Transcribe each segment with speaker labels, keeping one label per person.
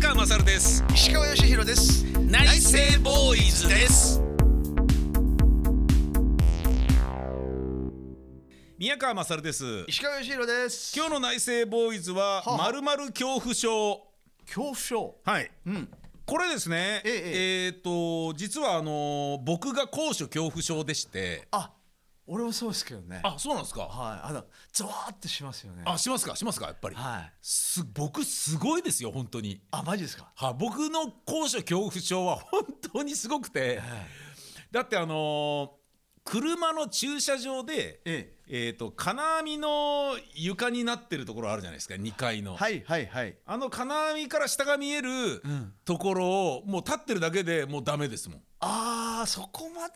Speaker 1: 川勝です
Speaker 2: 石川義弘です
Speaker 1: 内政ボーイズです宮川勝です
Speaker 2: 石川義弘です
Speaker 1: 今日の内政ボーイズは
Speaker 2: は
Speaker 1: まるまる恐怖症
Speaker 2: 恐怖症
Speaker 1: はい
Speaker 2: うん
Speaker 1: これですね
Speaker 2: ええ
Speaker 1: えーと実はあのー僕が高所恐怖症でして
Speaker 2: あ俺もそうですけどねはい
Speaker 1: あそうなんですか
Speaker 2: あのゾワーってしますよね
Speaker 1: あしますかしますかやっぱり
Speaker 2: はい
Speaker 1: す僕すごいですよ本当に
Speaker 2: あマジですか
Speaker 1: は僕の高所恐怖症は本当にすごくて
Speaker 2: はい
Speaker 1: だってあのー車の駐車場で
Speaker 2: え
Speaker 1: えー、と金網の床になってるところあるじゃないですか2階の、
Speaker 2: はいはいはい
Speaker 1: あの金網から下が見える
Speaker 2: ん
Speaker 1: ところをもう立ってるだけでもうダメですもん
Speaker 2: あーそこまで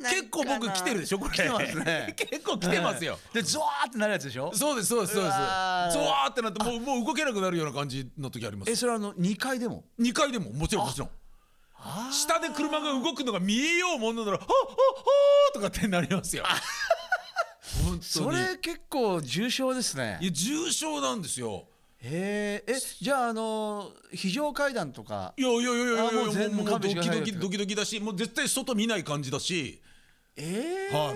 Speaker 2: はない
Speaker 1: 結構僕来てるでしょこれ
Speaker 2: 来てますね
Speaker 1: 結構来てますよ、
Speaker 2: でゾワーってなるやつでしょ
Speaker 1: そうですそうですそうです
Speaker 2: うわー
Speaker 1: ゾワーってなってもうもう動けなくなるような感じの時あります
Speaker 2: えそれあの二階でも
Speaker 1: 2階でももちろんもちろん
Speaker 2: あー
Speaker 1: 下で車が動くのが見えようもんなら「はっはっはーとかってなりますよ本当
Speaker 2: そ
Speaker 1: に
Speaker 2: れ結構重症ですね
Speaker 1: いや重症なんですよ
Speaker 2: へええじゃああの非常階段とか
Speaker 1: いやいやいやいやいや
Speaker 2: あもう全部
Speaker 1: もうもうド
Speaker 2: 勘弁
Speaker 1: キ
Speaker 2: してくださ
Speaker 1: ド
Speaker 2: いよ
Speaker 1: キドキドキだしもう絶対外見ない感じだし、
Speaker 2: ええ
Speaker 1: はい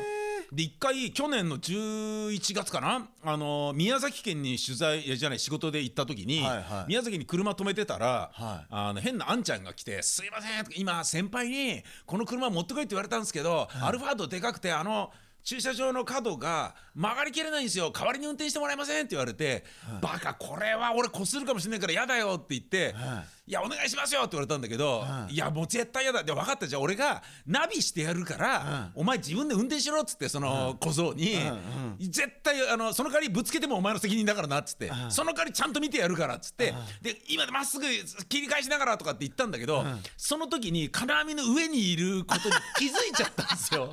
Speaker 1: で一回去年の11月かなあの宮崎県に取材いやじゃない仕事で行った時に、
Speaker 2: はいはい
Speaker 1: 宮崎に車止めてたら、
Speaker 2: はい
Speaker 1: あの変なあんちゃんが来て「すいません今先輩にこの車持ってこい」って言われたんですけど、アルファードでかくてあの。駐車場の角が曲がりきれないんですよ代わりに運転してもらえませんって言われて、バカこれは俺こするかもしれないから嫌だよって言って、
Speaker 2: はい
Speaker 1: いやお願いしますよって言われたんだけど、
Speaker 2: うん
Speaker 1: いやもう絶対嫌だで分かったじゃあ俺がナビしてやるから、お前自分で運転しろっつってその小僧に、
Speaker 2: ん
Speaker 1: 絶対あのその代わりぶつけてもお前の責任だからなっつって、
Speaker 2: ん
Speaker 1: その代わりちゃんと見てやるからっつって、で今まっすぐ切り返しながらとかって言ったんだけど、
Speaker 2: ん
Speaker 1: その時に金網の上にいることに気づいちゃったんです よ。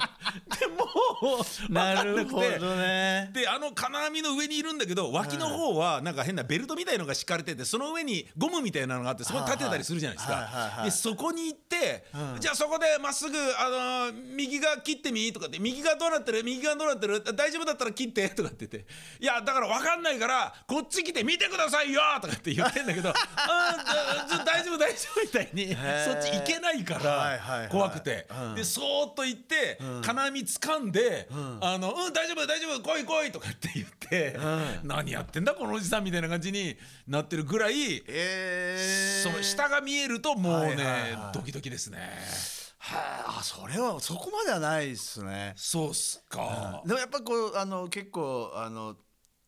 Speaker 1: でもう分か
Speaker 2: なん
Speaker 1: な
Speaker 2: る
Speaker 1: く
Speaker 2: ほ
Speaker 1: て
Speaker 2: どね
Speaker 1: であの金網の上にいるんだけど脇の方はなんか変なベルトみたいのが敷かれててその上にゴムみたいなのがあってそこに立てたりするじゃないです
Speaker 2: はいはいはい
Speaker 1: か
Speaker 2: はい
Speaker 1: でそこに行って、
Speaker 2: うん
Speaker 1: じゃあそこでまっすぐ、あのー右側切ってみとかって右側どうなってる右側どうなってる大丈夫だったら切ってとかって言っていやだから分かんないからこっち来て見てくださいよとかって言ってんだけどあーだだ大丈夫大丈夫みたいに
Speaker 2: ー
Speaker 1: そっち行けないか
Speaker 2: はいはいは
Speaker 1: ら
Speaker 2: い
Speaker 1: 怖くて、
Speaker 2: うん
Speaker 1: でそーっと行って、金網掴んで、あの、うん、大丈夫、大丈夫、来い来いとかって言って、何やってんだ、このおじさんみたいな感じになってるぐらい、
Speaker 2: え
Speaker 1: その下が見えるともうね、
Speaker 2: はいはいはい
Speaker 1: ドキドキですね。
Speaker 2: はあそれはそこまではないですね
Speaker 1: そうっすか。
Speaker 2: でもやっぱこうあの結構あの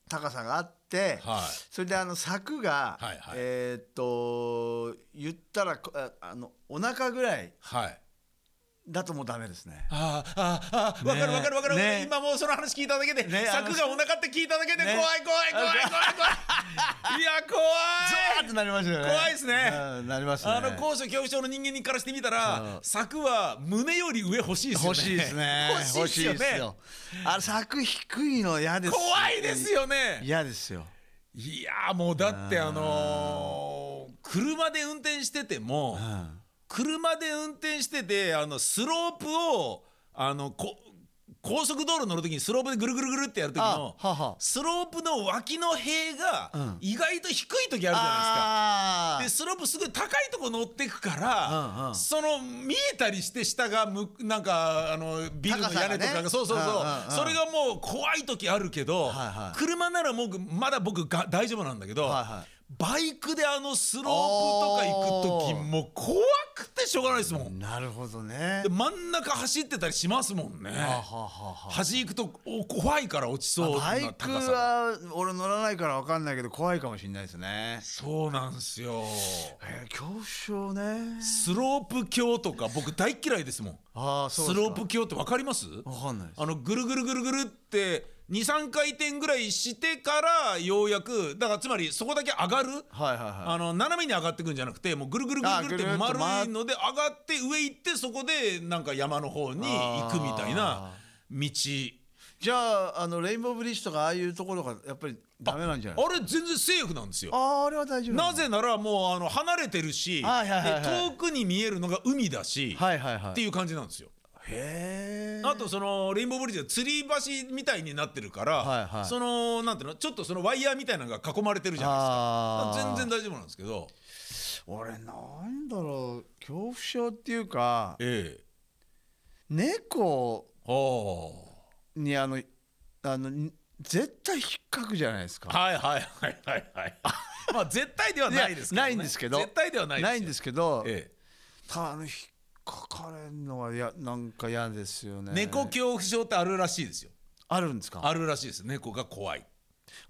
Speaker 2: 高さがあって、
Speaker 1: はい
Speaker 2: それであの柵が、
Speaker 1: はいはい
Speaker 2: えーっと言ったらこああのお腹ぐらい
Speaker 1: はい。
Speaker 2: だともうダメですね。
Speaker 1: あーあー、ああ、わかる
Speaker 2: ね
Speaker 1: わかるわかる、
Speaker 2: ね
Speaker 1: 今もうその話聞いただけで、
Speaker 2: ねあ
Speaker 1: 柵
Speaker 2: の
Speaker 1: がお腹って聞いただけで、怖い
Speaker 2: ね
Speaker 1: 怖い怖い怖い怖 い。いや、怖
Speaker 2: ゾ
Speaker 1: い
Speaker 2: ワーってなりますよね。
Speaker 1: 怖いっすね
Speaker 2: うんなりますね。
Speaker 1: あの高所恐怖症の人間にからしてみた
Speaker 2: うん
Speaker 1: ら柵は胸より上欲しいですよね。
Speaker 2: 欲しいですね
Speaker 1: 欲しいですよね
Speaker 2: 欲しいっすよあれ柵低いの嫌です。
Speaker 1: 怖いです。よね
Speaker 2: 嫌ですよ。
Speaker 1: いやーもうだってあのー車で運転してても
Speaker 2: うん
Speaker 1: 車で運転しててあのスロープをあのこ高速道路乗る時にスロープでぐるぐるぐるってやる時
Speaker 2: あ
Speaker 1: の
Speaker 2: はは。
Speaker 1: スロープの脇の塀
Speaker 2: う
Speaker 1: が
Speaker 2: ん
Speaker 1: 意外と低い時あるじゃないですか。
Speaker 2: あ
Speaker 1: で
Speaker 2: ー
Speaker 1: スロープすごい高いとこ乗ってくから、
Speaker 2: うんうん
Speaker 1: その見えたりして下がむなんかあのビルの屋根とかが、
Speaker 2: 高さがね
Speaker 1: そうそうそう、
Speaker 2: うんうんうん
Speaker 1: それがもう怖い時あるけど、
Speaker 2: はいはい
Speaker 1: 車ならもうまだ僕が大丈夫なんだけど、
Speaker 2: はいはい
Speaker 1: バイクであのスロープとか行く時
Speaker 2: おー
Speaker 1: もう怖くてしょうがないですもん。
Speaker 2: なるほどね
Speaker 1: で。真ん中走ってたりしますもんね。
Speaker 2: はははは。
Speaker 1: 端行くとお怖いから落ちそうな
Speaker 2: バイク
Speaker 1: 高さが。
Speaker 2: は俺乗らないから分かんないけど怖いかもしれないですね、
Speaker 1: そうなんですよ。
Speaker 2: えー、恐怖症ね
Speaker 1: スロープ橋とか僕大っ嫌いですもん。
Speaker 2: ああそう
Speaker 1: ス
Speaker 2: です
Speaker 1: ロ
Speaker 2: か
Speaker 1: ープ橋って分かります
Speaker 2: 分かんないです
Speaker 1: あのぐるぐるぐるぐるって23回転ぐらいしてからようやくだからつまりそこだけ上がる、
Speaker 2: はいはい
Speaker 1: あ
Speaker 2: は
Speaker 1: の斜めに上がってくんじゃなくてもうぐるぐるぐるぐるって
Speaker 2: あぐるっと回っ
Speaker 1: 丸いので上がって上行ってそこでなんか山の方に行くみたいな道
Speaker 2: いじゃああのレインボーブリッジとかああいうところがやっぱりダメなんじゃない
Speaker 1: あれ全然セーフなんですよ。
Speaker 2: ああーあれは大丈夫
Speaker 1: なぜならもうあの離れてるし、
Speaker 2: はいはいはいはい
Speaker 1: で遠くに見えるのが海だし、
Speaker 2: はいはいはい
Speaker 1: っていう感じなんですよ。
Speaker 2: へえ
Speaker 1: あとそのレインボーブリッジは吊り橋みたいになってるから、
Speaker 2: はいはい
Speaker 1: そのなんていうのちょっとそのワイヤーみたいなのが囲まれてるじゃないですか
Speaker 2: あー
Speaker 1: 全然大丈夫なんですけど
Speaker 2: 俺なんだろう恐怖症っていうか
Speaker 1: ええ
Speaker 2: 猫
Speaker 1: は
Speaker 2: にあのあのに絶対引っかくじゃないです
Speaker 1: あ
Speaker 2: か。
Speaker 1: はいはいはいはいはい まあ絶対ではないですけど、ね、
Speaker 2: いやないんですけど
Speaker 1: 絶対ではないですよ
Speaker 2: ないんですけど、
Speaker 1: え
Speaker 2: ただあの引っかかれるのはやなんか嫌ですよね。
Speaker 1: え、猫恐怖症ってあるらしいですよ
Speaker 2: あるんですか。
Speaker 1: あるらしいです猫が怖い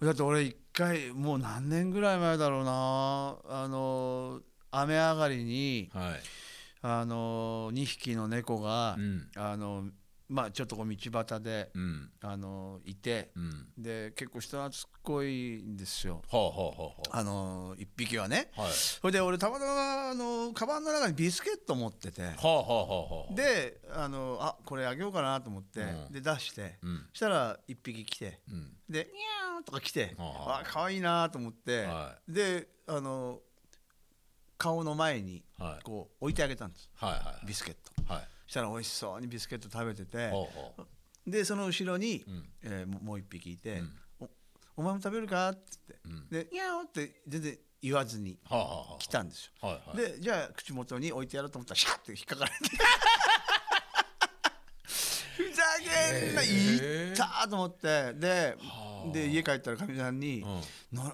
Speaker 2: だって俺一回もう何年ぐらい前だろうなあの雨上がりに
Speaker 1: はい
Speaker 2: あの2匹の猫が、
Speaker 1: うん
Speaker 2: あのまあちょっとこう道端で、
Speaker 1: うん
Speaker 2: あのいて
Speaker 1: う、ん
Speaker 2: で結構人懐っこいんですよ
Speaker 1: はあはあはあは
Speaker 2: あの1匹はね、
Speaker 1: あはい
Speaker 2: それで俺たまたまあのカバンの中にビスケット持ってて
Speaker 1: はあはあはあはあ
Speaker 2: であのあこれあげようかなと思って、
Speaker 1: うん
Speaker 2: で出して、
Speaker 1: うん
Speaker 2: そしたら1匹来て。
Speaker 1: うん
Speaker 2: で「にゃー」とか来て
Speaker 1: あ
Speaker 2: あ可愛いなと思って、
Speaker 1: は
Speaker 2: であの顔の前に
Speaker 1: はい
Speaker 2: こう置いてあげたんです
Speaker 1: はいはい
Speaker 2: ビスケット
Speaker 1: はい
Speaker 2: したら美味しそうにビスケット食べてて
Speaker 1: はあはあ
Speaker 2: でその後ろに、
Speaker 1: ん
Speaker 2: えーももう一匹いて、
Speaker 1: うん
Speaker 2: お「お前も食べるか?」って
Speaker 1: うん
Speaker 2: 言って「でにゃー」って全然言わずに
Speaker 1: はあはあはあ
Speaker 2: 来たんですよ。
Speaker 1: はいはい
Speaker 2: でじゃあ口元に置いてやろうと思ったらシャッて引っかかれてふざけんな
Speaker 1: へー
Speaker 2: いったーと思ってで
Speaker 1: はあ
Speaker 2: で家帰ったらかみさんに
Speaker 1: うん
Speaker 2: 「の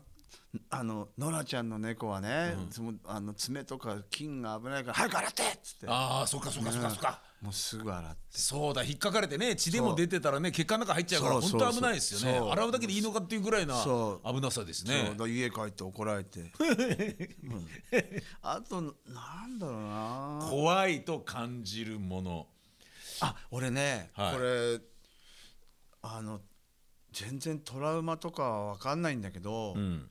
Speaker 2: あのノラちゃんの猫はね、そのあの爪とか菌が危ないから早く洗って!」っつって
Speaker 1: ああそっかそっかそっかそっか
Speaker 2: もうすぐ洗って
Speaker 1: そうだ引っかかれてね血でも出てたらね血管の中入っちゃうから
Speaker 2: そうそ
Speaker 1: 本
Speaker 2: う
Speaker 1: 当危ないですよね
Speaker 2: そう
Speaker 1: 洗うだけでいいのかっていうぐらいな
Speaker 2: そ
Speaker 1: 危なさです
Speaker 2: そう
Speaker 1: ね
Speaker 2: だから家帰って怒ら れて、うんあとなんだろうな
Speaker 1: 怖いと感じるもの
Speaker 2: あ俺ね、
Speaker 1: はい
Speaker 2: これあの全然トラウマとかは分かんないんだけど、
Speaker 1: うん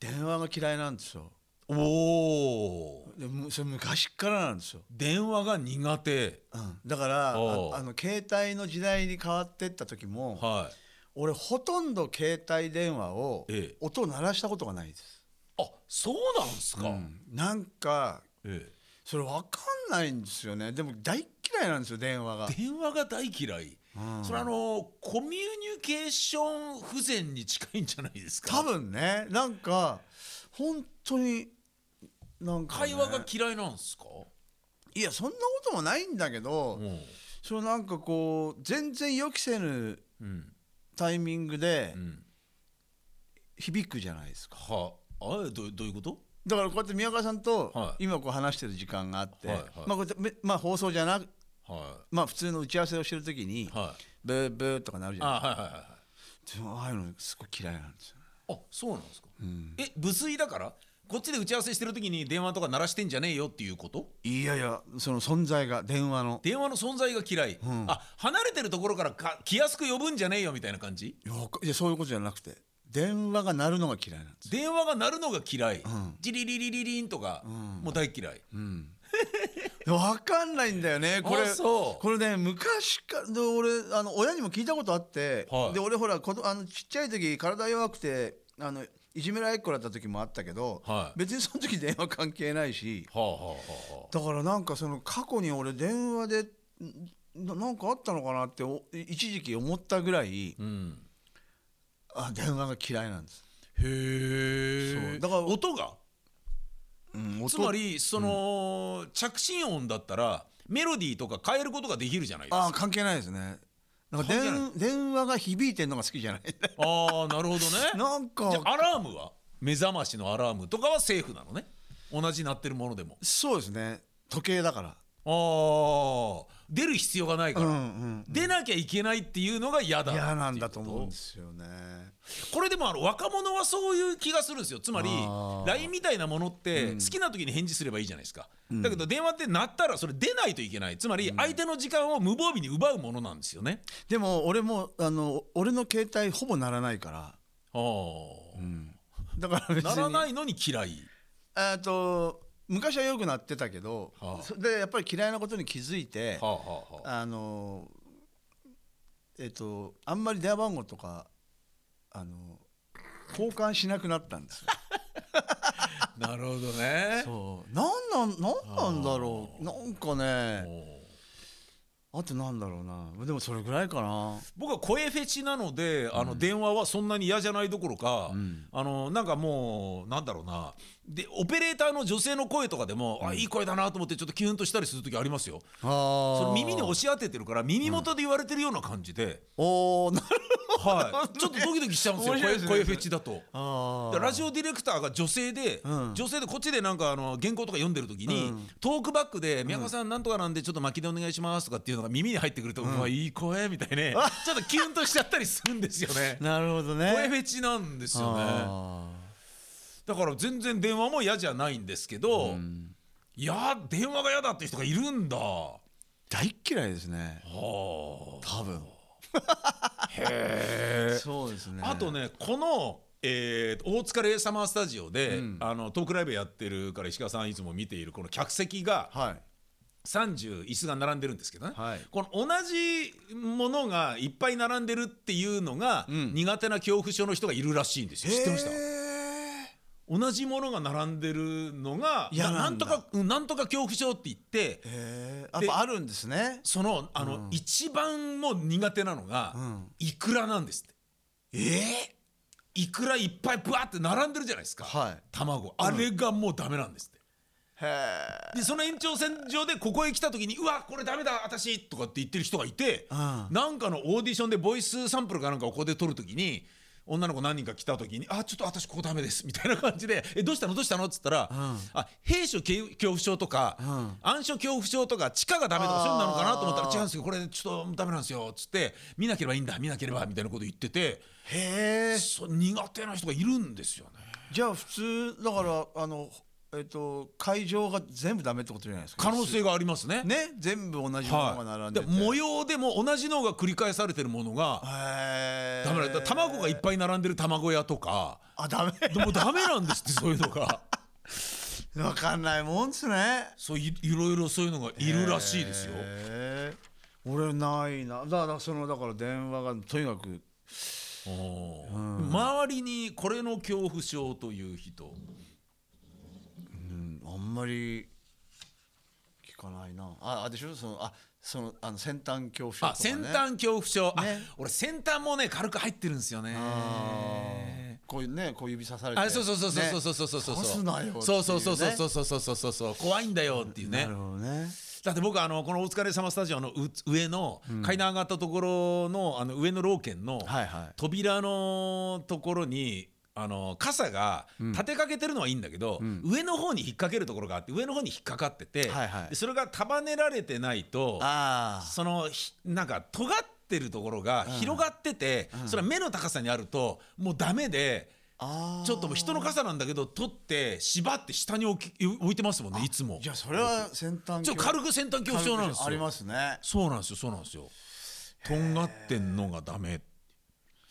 Speaker 2: 電話が嫌いなんですよ
Speaker 1: おお
Speaker 2: でむそれ昔っからなんですよ、
Speaker 1: 電話が苦手
Speaker 2: うん、だからあ
Speaker 1: おう
Speaker 2: あの携帯の時代に変わってった時も、
Speaker 1: はい
Speaker 2: 俺ほとんど携帯電話を
Speaker 1: ええ
Speaker 2: 音を鳴らしたことがないです、
Speaker 1: あそうなんすか、
Speaker 2: うんなんか
Speaker 1: え
Speaker 2: それ分かんないんですよねでも大っ嫌いなんですよ電話が
Speaker 1: え、電話が大嫌い、
Speaker 2: うん
Speaker 1: それあのコミュニケーション不全に近いんじゃないですか
Speaker 2: 多分ねなんか本当になんかね、
Speaker 1: 会話が嫌いなんですか、
Speaker 2: いやそんなこともないんだけど、
Speaker 1: うん
Speaker 2: そのなんかこう全然予期せぬ
Speaker 1: うん
Speaker 2: タイミングで
Speaker 1: うん
Speaker 2: 響くじゃないですか
Speaker 1: はあえどうどういうこと
Speaker 2: だからこうやって宮川さんと
Speaker 1: はい
Speaker 2: 今こう話してる時間があって、
Speaker 1: はいはい
Speaker 2: まあこうやってめまあ放送じゃなく
Speaker 1: は
Speaker 2: まあ普通の打ち合わせをしてる時に
Speaker 1: いはい
Speaker 2: ブーブーとかなるじゃ
Speaker 1: あ
Speaker 2: ない
Speaker 1: はいはいはいはい
Speaker 2: ですかああいうのすごい嫌いなんですよね
Speaker 1: あそうなんですか、え無粋だからこっちで打ち合わせしてる時に電話とか鳴らしてんじゃねえよっていうこと
Speaker 2: いやいやその存在が電話の
Speaker 1: 電話の存在が嫌い、
Speaker 2: ん
Speaker 1: あ離れてるところからか気安く呼ぶんじゃねえよみたいな感じ
Speaker 2: いやわかいやそういうことじゃなくて電話が鳴るのが嫌いなんですよ
Speaker 1: 電話が鳴るのが嫌い、
Speaker 2: ん
Speaker 1: ジリリリリリンとか、もう大嫌い、
Speaker 2: わかんないんだよねこれ
Speaker 1: あそう
Speaker 2: これね昔からで俺あの親にも聞いたことあって、
Speaker 1: はい
Speaker 2: で俺ほら子どあのちっちゃい時体弱くてあのいじめられっ子だった時もあったけど、
Speaker 1: はい
Speaker 2: 別にその時電話関係ないし
Speaker 1: はあはあはあは
Speaker 2: だからなんかその過去に俺電話でんななんかあったのかなってお一時期思ったぐらい
Speaker 1: あうん
Speaker 2: あ電話が嫌いなんです、
Speaker 1: へ
Speaker 2: そ
Speaker 1: え
Speaker 2: うだから
Speaker 1: 音が
Speaker 2: うん、音
Speaker 1: つまりその、着信音だったらメロディーとか変えることができるじゃないですか
Speaker 2: あ関係ないですねなん
Speaker 1: 関
Speaker 2: か
Speaker 1: 係な
Speaker 2: 電電話が響いてんのが好きじゃない
Speaker 1: ああなるほどね
Speaker 2: なんか
Speaker 1: じゃあアラームは目覚ましのアラームとかはセーフなのね同じ鳴ってるものでも
Speaker 2: そうですね時計だから
Speaker 1: ああ出る必要がないから、
Speaker 2: ん
Speaker 1: 出なきゃいけないっていうのが嫌だ
Speaker 2: 嫌なんだと思う
Speaker 1: っ
Speaker 2: んで
Speaker 1: てい
Speaker 2: すよね。
Speaker 1: うことこれでもあの若者はそういう気がするんですよつまり
Speaker 2: あー
Speaker 1: LINE みたいなものって好きな時に返事すればいいじゃないですか、だけど電話って鳴ったらそれ出ないといけないつまり相手の時間を無防備に奪うものなんですよね、
Speaker 2: でも俺もあの俺の携帯ほぼ鳴らないから、
Speaker 1: あ
Speaker 2: だから
Speaker 1: あ
Speaker 2: 別に。
Speaker 1: 鳴らないいのに嫌い
Speaker 2: えっと昔はよく鳴ってたけど、
Speaker 1: はあ
Speaker 2: そでやっぱり嫌いなことに気づいて、
Speaker 1: はあは あはあ
Speaker 2: あのえっ、とあんまり電話番号とかあの交換しなくなったんですよ。
Speaker 1: なるほどね
Speaker 2: そうなんなんなんなんだろうなん
Speaker 1: お
Speaker 2: かね
Speaker 1: ー
Speaker 2: あとなんだろうなでもそれぐらいかな
Speaker 1: 僕は声フェチなので、あの電話はそんなに嫌じゃないどころか、
Speaker 2: ん
Speaker 1: あのなんかもうなんだろうなでオペレーターの女性の声とかでも、あいい声だなと思ってちょっとキュンとしたりする時ありますよ
Speaker 2: あー
Speaker 1: その耳に押し当ててるから耳元で言われてるような感じ で、
Speaker 2: おーなる
Speaker 1: はい、ちょっとドキドキしちゃうんですよ
Speaker 2: 面白い
Speaker 1: 声
Speaker 2: ですね
Speaker 1: 声フェチだと。
Speaker 2: あ
Speaker 1: だからラジオディレクターが女性で、
Speaker 2: うん
Speaker 1: 女性でこっちでなんかあの原稿とか読んでる時に、
Speaker 2: うん。
Speaker 1: トークバックで「宮川さんなんとかなんでちょっと巻きでお願いします」とかっていうのが耳に入ってくると「うわいい声」みたいね ちょっとキュンとしちゃったりするんですよね
Speaker 2: なるほどね
Speaker 1: 声フェチなんですよね
Speaker 2: あ
Speaker 1: だから全然電話も嫌じゃないんですけど、
Speaker 2: ーうん
Speaker 1: いや電話が嫌だって人がいるんだは
Speaker 2: 大っ嫌いですね
Speaker 1: あ
Speaker 2: 多分
Speaker 1: へえ
Speaker 2: そうですね
Speaker 1: あとねこの、えー大塚レイサマースタジオで、
Speaker 2: うん
Speaker 1: あのトークライブやってるから石川さんいつも見ているこの客席が
Speaker 2: はい
Speaker 1: 30椅子が並んでるんですけどね、
Speaker 2: はい
Speaker 1: この同じものがいっぱい並んでるっていうのが、
Speaker 2: うん
Speaker 1: 苦手な恐怖症の人がいるらしいんですよ知ってました同じものが並んでるのが
Speaker 2: 嫌
Speaker 1: な
Speaker 2: なんん
Speaker 1: と
Speaker 2: だ
Speaker 1: かうんなんとか恐怖症って言って
Speaker 2: えやっぱあるんですね
Speaker 1: そのあの、
Speaker 2: うん
Speaker 1: 一番もう苦手なのが、
Speaker 2: うん
Speaker 1: いくらなんですってえいくらいっぱいぶわって並んでるじゃないですか、
Speaker 2: はい
Speaker 1: 卵あれがもうダメなんですって、
Speaker 2: へえ
Speaker 1: でその延長線上でここへ来た時に「うわこれダメだ私」とかって言ってる人がいて、
Speaker 2: うん
Speaker 1: なんかのオーディションでボイスサンプルかなんかをここで撮る時に女の子何人か来た時に「あちょっと私ここダメです」みたいな感じで 「えどうしたのどうしたの?」っつったら「
Speaker 2: ん
Speaker 1: あ兵所恐怖症とか、
Speaker 2: ん
Speaker 1: 暗所恐怖症とか地下がダメとか
Speaker 2: あー
Speaker 1: そういうのなのかなと思ったら違うんですよこれちょっとダメなんですよ」っつって「見なければいいんだ見なければ」みたいなこと言ってて
Speaker 2: へえ
Speaker 1: そ苦手な人がいるんですよね。
Speaker 2: じゃあ普通だからあのえっと会場が全部ダメってことじゃないですか
Speaker 1: 可能性がありますね
Speaker 2: ね全部同じものが並んでて、
Speaker 1: はい、で模様でも同じのが繰り返されてるものが
Speaker 2: へえ
Speaker 1: ダメなんだ卵がいっぱい並んでる卵屋とか
Speaker 2: あダ
Speaker 1: で
Speaker 2: メ
Speaker 1: もダメなんですってそういうのが
Speaker 2: わかんないもんっすね
Speaker 1: そういいろいろそういうのがいるらしいですよ。
Speaker 2: へえ俺ないなだからそのだから電話がとにかく
Speaker 1: おー周りにこれの恐怖症という人
Speaker 2: うんあんまり聞かないなああでしょそのあそのあの先端恐怖症とか、ね、
Speaker 1: あ先端恐怖症、
Speaker 2: ね
Speaker 1: あ俺先端もね軽く入ってるんですよね。
Speaker 2: こういうねこう指さされて
Speaker 1: あそうそうそうそうそう
Speaker 2: ね
Speaker 1: そうそうそう
Speaker 2: 刺すなよっていうね
Speaker 1: そうそうそうそうそうそうそうそうそう怖いんだよっていうね
Speaker 2: なる。ほどね
Speaker 1: だって僕あのこの「お疲れ様スタジオ」のう上の階段上がったところのあの上の老犬の
Speaker 2: はいはい
Speaker 1: 扉のところにあの傘が立てかけてるのはいいんだけど、
Speaker 2: ん
Speaker 1: 上の方に引っ掛けるところがあって上の方に引っかかってて、
Speaker 2: はいはい
Speaker 1: でそれが束ねられてないと
Speaker 2: ああ
Speaker 1: そのひなんか尖ってるところが広がってて、それは目の高さにあるともうダメで。
Speaker 2: あー
Speaker 1: ちょっともう人の傘なんだけど取って縛って下に置き置いてますもんねいつも
Speaker 2: じゃあそれは先端
Speaker 1: ちょっと軽く先端恐怖症なんですよ
Speaker 2: ありますね
Speaker 1: そうなんですよそうなんですよとんがってんのがダメ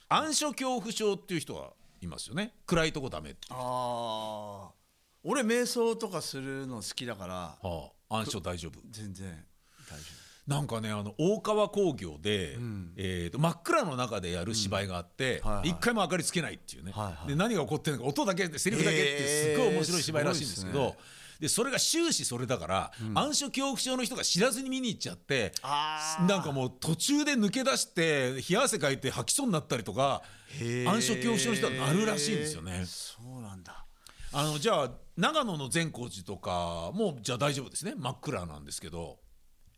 Speaker 1: 暗所恐怖症っていう人はいますよね暗いとこダメって、
Speaker 2: ああ俺瞑想とかするの好きだから
Speaker 1: はあ、暗所大丈夫
Speaker 2: 全然大丈
Speaker 1: なんかねあの大川工業で、
Speaker 2: ん
Speaker 1: えーと真っ暗の中でやる芝居があって、
Speaker 2: うんはいはい
Speaker 1: 一回も明かりつけないっていうね、
Speaker 2: はいはい
Speaker 1: で何が起こってるのか音だけセリフだけっていうすっごい
Speaker 2: へー
Speaker 1: 面白い芝居らしいんですけど、
Speaker 2: すごいっ
Speaker 1: でそれが終始それだから、暗所恐怖症の人が知らずに見に行っちゃって
Speaker 2: あー
Speaker 1: なんかもう途中で抜け出して冷や汗かいて吐きそうになったりとか
Speaker 2: 夫
Speaker 1: 暗所恐怖症の人はなるらしいんですよね。
Speaker 2: そうなんだ
Speaker 1: あのじゃあ長野の善光寺とかもじゃあ大丈夫ですね真っ暗なんですけど。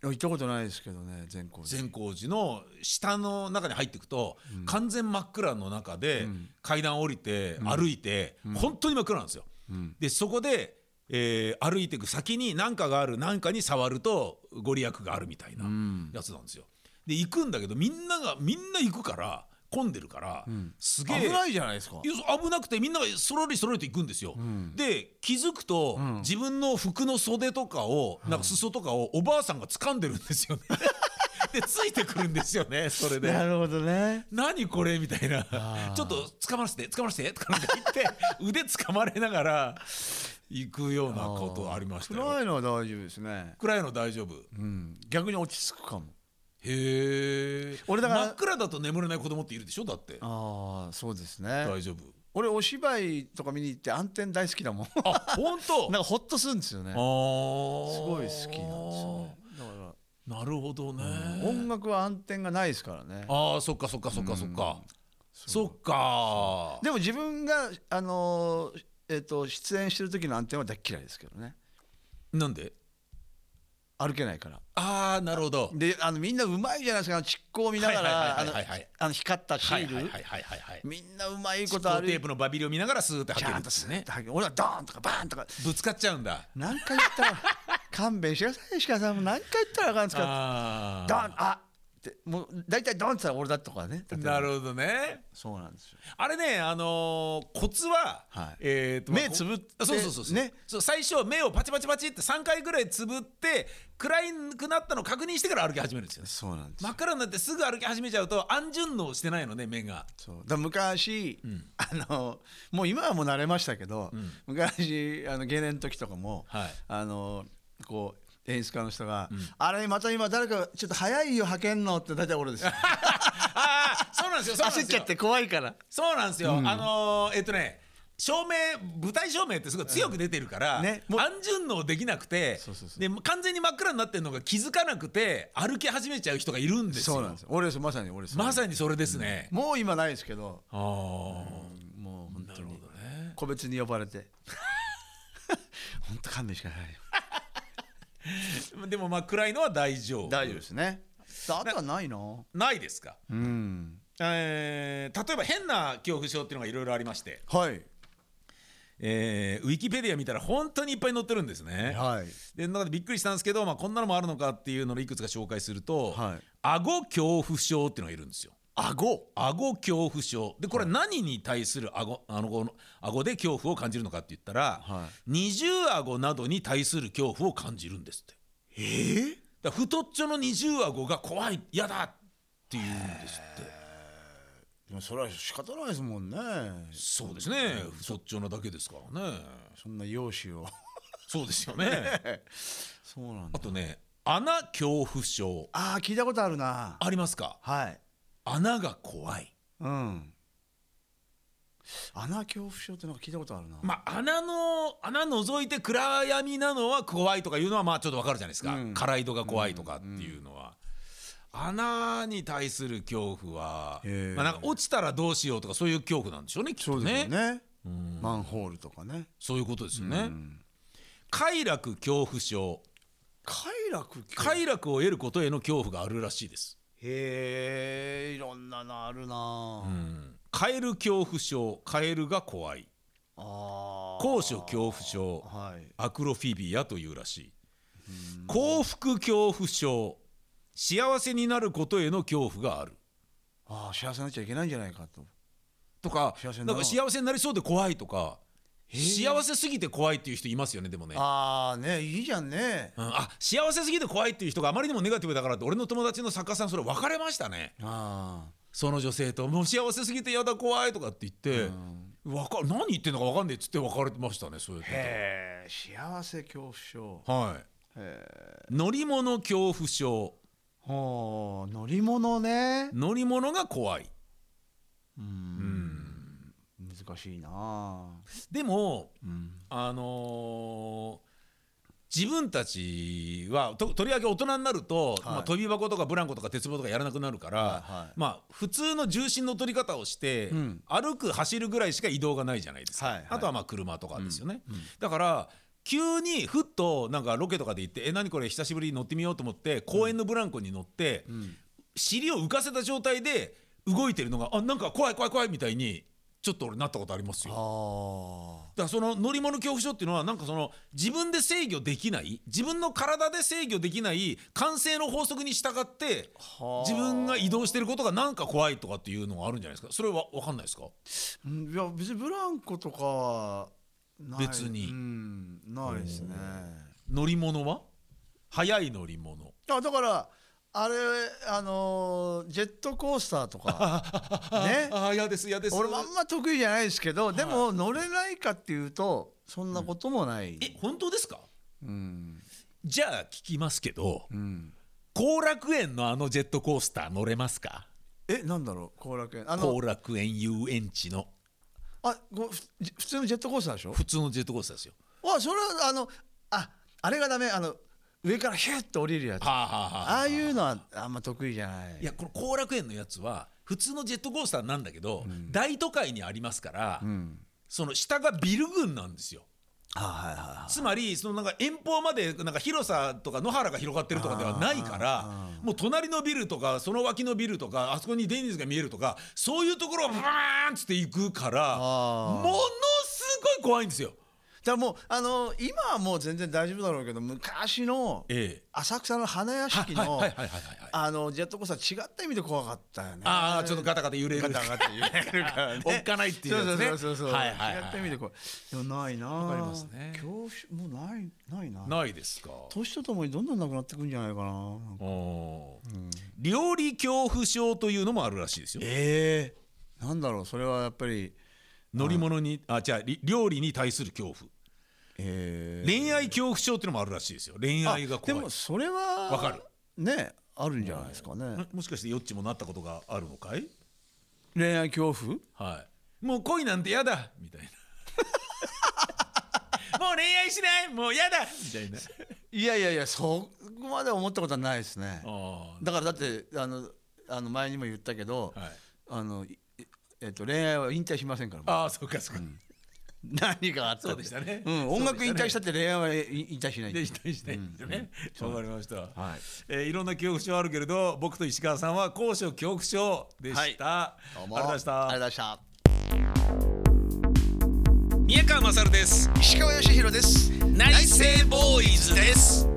Speaker 2: 行ったことないですけどね全校
Speaker 1: 善光寺の下の中に入っていくと、完全真っ暗の中で、階段降りて歩いて、本当に真っ暗なんですよ。
Speaker 2: ん
Speaker 1: でそこで、えー歩いていく先に何かがある何かに触るとご利益があるみたいなやつなんですよ。で行くんだけどみんながみんな行くから混んでるから、すげえ
Speaker 2: 危ないじゃないですか
Speaker 1: いやそう危なくてみんながそろりそろりと行くんですよ、で気づくと、自分の服の袖とかをなんか裾とかをおばあさんが掴んでるんです よねでついてくるんですよねそれで。
Speaker 2: るほどね
Speaker 1: 何これみたいな
Speaker 2: あー
Speaker 1: ちょっと掴ませて掴ませてとかなんか言って 腕掴まれながら行くようなことありましたよ
Speaker 2: 暗いのは大丈夫ですね
Speaker 1: 暗いの大丈夫
Speaker 2: うん逆に落ち着くかも
Speaker 1: へえ
Speaker 2: 俺だから
Speaker 1: 真っ暗だと眠れない子供っているでしょだって
Speaker 2: ああそうですね
Speaker 1: 大丈夫
Speaker 2: 俺お芝居とか見に行って暗転大好きだもん
Speaker 1: あ本当
Speaker 2: なんかホッとするんですよね
Speaker 1: あー
Speaker 2: すごい好きなんですよねだから
Speaker 1: なるほどね、
Speaker 2: 音楽は暗転がないですからね
Speaker 1: ああそっかそっかそっかそっか、そっか
Speaker 2: でも自分があのーえっと出演してる時の暗転は大っ嫌いですけどね
Speaker 1: なんで
Speaker 2: 歩けないから
Speaker 1: ああなるほど
Speaker 2: であのみんなうまいじゃないですかあの蓄光を見ながら
Speaker 1: は
Speaker 2: あ
Speaker 1: いはい
Speaker 2: の
Speaker 1: はいはいはい
Speaker 2: あの光ったシ
Speaker 1: はいはい
Speaker 2: ー
Speaker 1: はい
Speaker 2: ル
Speaker 1: はいはいはい
Speaker 2: みんなうまいこ
Speaker 1: こと
Speaker 2: ある
Speaker 1: テープのバビリを見ながらスーッて
Speaker 2: ち
Speaker 1: 履け
Speaker 2: ゃ
Speaker 1: る
Speaker 2: ん
Speaker 1: ん
Speaker 2: と
Speaker 1: ですす
Speaker 2: ね
Speaker 1: ね
Speaker 2: 俺はドーンとかバーンとか
Speaker 1: ぶつかっちゃうんだ
Speaker 2: 何回言っ たら勘弁してください石川さんも何回言ったらあかんですか
Speaker 1: あ
Speaker 2: ドーンあってもう大体ドーンって言ったら俺だとかね例えば
Speaker 1: なるほどね
Speaker 2: そうなんですよ
Speaker 1: あれね、あのーコツは、
Speaker 2: はい
Speaker 1: えーと
Speaker 2: 目つぶって
Speaker 1: そうそうそうそう、
Speaker 2: ね
Speaker 1: そう最初目をパチパチパチって3回ぐらいつぶって暗くなったのを確認してから歩き始めるんですよね
Speaker 2: そうなんです
Speaker 1: 真っ暗になってすぐ歩き始めちゃうと安順応してないのね目が
Speaker 2: そうだから昔、あのもう今はもう慣れましたけど、昔あの芸年の時とかも、
Speaker 1: はい
Speaker 2: あのこう演出家の人が、あれまた今誰かちょっと早いよ派遣のって大体俺 ですよ
Speaker 1: ああそうなんですよそうなんで
Speaker 2: 焦っ
Speaker 1: す
Speaker 2: ちゃ
Speaker 1: よ
Speaker 2: って怖いから
Speaker 1: そうなんですよ、あのーえっとね照明舞台照明ってすごい強く出てるから、
Speaker 2: うんねもう
Speaker 1: 安順応できなくて
Speaker 2: そうそうそう
Speaker 1: で完全に真っ暗になってるのが気づかなくて歩き始めちゃう人がいるんですよ
Speaker 2: そうなんですよ俺ですまさに俺です
Speaker 1: まさにそれですね、
Speaker 2: もう今ないですけど
Speaker 1: ああ
Speaker 2: もう本当に
Speaker 1: ね
Speaker 2: 個別に呼ばれて 本当勘弁してくださいよ
Speaker 1: でもまあ暗いのは大丈夫
Speaker 2: 大丈夫ですねあとはないな
Speaker 1: ないですか、
Speaker 2: うん
Speaker 1: えー例えば変な恐怖症っていうのがいろいろありまして、
Speaker 2: はい
Speaker 1: えーウィキペディア見たら本当にいっぱい載ってるんですね
Speaker 2: はい
Speaker 1: でなんかびっくりしたんですけど、まあ、こんなのもあるのかっていうのをいくつか紹介すると、
Speaker 2: はい
Speaker 1: 顎恐怖症っていうのがいるんですよ
Speaker 2: 顎
Speaker 1: 顎恐怖症でこれは何に対する顎あのこの顎で恐怖を感じるのかって言ったら、
Speaker 2: は
Speaker 1: 二重顎などに対する恐怖を感じるんですって
Speaker 2: えー、
Speaker 1: だから太っちょの二重顎が怖い嫌だっていうんですって
Speaker 2: でもそれは仕方ないですもんね
Speaker 1: そうですね太っちょなだけですからね
Speaker 2: そんな容姿を
Speaker 1: そうですよね
Speaker 2: そうなん
Speaker 1: あ
Speaker 2: だ
Speaker 1: とね穴恐怖症
Speaker 2: ああ聞いたことあるな
Speaker 1: ありますか
Speaker 2: はい
Speaker 1: 穴が怖い
Speaker 2: うん穴恐怖症ってなんか聞いたことあるな、
Speaker 1: まあ穴の穴覗いて暗闇なのは怖いとかいうのはまあちょっとわかるじゃないですか、
Speaker 2: うん
Speaker 1: カライドが怖いとかっていうのは、穴に対する恐怖は、
Speaker 2: へえ
Speaker 1: まあ、なんか落ちたらどうしようとかそういう恐怖なんでしょうねきっ
Speaker 2: そ
Speaker 1: と
Speaker 2: うですよ
Speaker 1: ね
Speaker 2: ねマンホールとかね
Speaker 1: そういうことですよね、快楽恐怖症
Speaker 2: 快楽へ
Speaker 1: 快楽を得ることへの恐怖があるらしいです、
Speaker 2: えいろんなのあるな、
Speaker 1: うん、カエル恐怖症カエルが怖い
Speaker 2: ああ
Speaker 1: 高所恐怖症
Speaker 2: はい
Speaker 1: アクロフィビアというらしい幸福恐怖症幸せになることへの恐怖がある
Speaker 2: ああ幸せになっちゃいけないんじゃないかと
Speaker 1: とか
Speaker 2: 幸せにな
Speaker 1: なん
Speaker 2: らない
Speaker 1: か幸せになりそうで怖いとか幸せすぎて怖いっていう人いますよねでもね
Speaker 2: ああねいいじゃんね
Speaker 1: うんあ幸せすぎて怖いっていう人があまりにもネガティブだからって俺の友達の作家さんそれ別れましたね
Speaker 2: あ
Speaker 1: その女性と「もう幸せすぎてやだ怖い」とかって言って「わか何言ってんのか分かんねえ」っつって別れてましたねそういう
Speaker 2: あへえ幸せ恐怖症
Speaker 1: はい乗り物恐怖症
Speaker 2: ほう乗り物ね
Speaker 1: 乗り物が怖い
Speaker 2: 難しいな
Speaker 1: でも
Speaker 2: うん
Speaker 1: あのー自分たちはととりわけ大人になると、まあ、飛び箱とかブランコとか鉄棒とかやらなくなるから、
Speaker 2: はいはい
Speaker 1: まあ、普通の重心の取り方をして、
Speaker 2: ん
Speaker 1: 歩く走るぐらいしか移動がないじゃないですか、
Speaker 2: はいはい
Speaker 1: あとはまあ車とかですよね。だから急にふっとなんかロケとかで行って「え何これ久しぶりに乗ってみよう」と思って公園のブランコに乗って、尻を浮かせた状態で動いてるのがあなんか怖い怖い怖いみたいにちょっと俺なったことありますよ。
Speaker 2: あ
Speaker 1: だからその乗り物恐怖症っていうのはなんかその自分で制御できない自分の体で制御できない慣性の法則に従って
Speaker 2: はあ
Speaker 1: 自分が移動してることがなんか怖いとかっていうのがあるんじゃないですかそれは分かんないですか
Speaker 2: うんいや別にブランコとかはない
Speaker 1: 別に
Speaker 2: うんないですね
Speaker 1: 乗り物は速い乗り物
Speaker 2: あだからあれあのージェットコースターと かね
Speaker 1: ああ嫌です嫌です
Speaker 2: 俺もあんま得意じゃないですけどでも乗れないかっていうとそんなこともない
Speaker 1: え本当ですか
Speaker 2: うん
Speaker 1: じゃあ聞きますけど
Speaker 2: うん
Speaker 1: 後楽園のあのジェットコースター乗れますか
Speaker 2: えなんだろう後楽園あ
Speaker 1: 後
Speaker 2: の
Speaker 1: 楽園遊園地の
Speaker 2: あごふ普通のジェットコースターでしょ
Speaker 1: 普通のジェットコースターですよ
Speaker 2: あそれはあのああれがダメあの上からヒュッと降りるやつ
Speaker 1: はあはあはあ
Speaker 2: ああいうのはあんま得意じゃない
Speaker 1: いやこの後楽園のやつは普通のジェットコースターなんだけど、大都会にありますから、
Speaker 2: うん
Speaker 1: その下がビル群なんですよ
Speaker 2: はいはいは
Speaker 1: つまりそのなんか遠方までなんか広さとか野原が広がってるとかではないからもう隣のビルとかその脇のビルとかあそこにデニーズが見えるとかそういうところをバーンっつって行くから
Speaker 2: あー
Speaker 1: ものすごい怖いんですよ。
Speaker 2: いだからもうあの今はもう全然大丈夫だろうけど昔の
Speaker 1: ええ
Speaker 2: 浅草の花屋敷の
Speaker 1: はいはいはいはいはいはい
Speaker 2: あのジェットコースター違った意味で怖かったよね
Speaker 1: ああちょっとガタガタ揺れる
Speaker 2: ガタガタ言えるからね
Speaker 1: おっかないっていうやつね
Speaker 2: そうそうそうそう
Speaker 1: はいはいはい
Speaker 2: やってみてこうでもないなわ
Speaker 1: かりますね
Speaker 2: 恐怖心もうないないな
Speaker 1: ないですか。
Speaker 2: 年とともにどんどんなくなってくんじゃないかな
Speaker 1: おー料理恐怖症というのもあるらしいですよ。
Speaker 2: ええなんだろうそれはやっぱり
Speaker 1: 乗り物にあじゃあり料理に対する恐怖
Speaker 2: ええ
Speaker 1: 恋愛恐怖症っていうのもあるらしいですよ恋愛が
Speaker 2: で
Speaker 1: 怖い
Speaker 2: もそれは
Speaker 1: わかる
Speaker 2: ねあるんじゃないですかね
Speaker 1: んもしかしてヨッチもなったことがあるのかい
Speaker 2: 恋愛恐怖
Speaker 1: はいもう恋なんてやだみ たいなもう恋愛しないもうやだみたい ない
Speaker 2: やいやいやそこまで思ったことはないですね
Speaker 1: あ
Speaker 2: だからだってあのあの前にも言ったけど、
Speaker 1: あ、はい、
Speaker 2: あのいえっと恋愛は引退しませんから
Speaker 1: ああそうかそうか、
Speaker 2: 何があったって
Speaker 1: そうでしたね
Speaker 2: うん、音楽
Speaker 1: そうでしたね
Speaker 2: 引退したって恋愛はえ引退しない
Speaker 1: で引退しないんですねわ、かりました、
Speaker 2: はい
Speaker 1: えーいろんな恐怖症あるけれど僕と石川さんは高所恐怖症でした、
Speaker 2: どうも
Speaker 1: ありがとうございました
Speaker 2: ありがとうございました
Speaker 1: 宮川勝です
Speaker 2: 石川義弘です
Speaker 1: 内政ボーイズです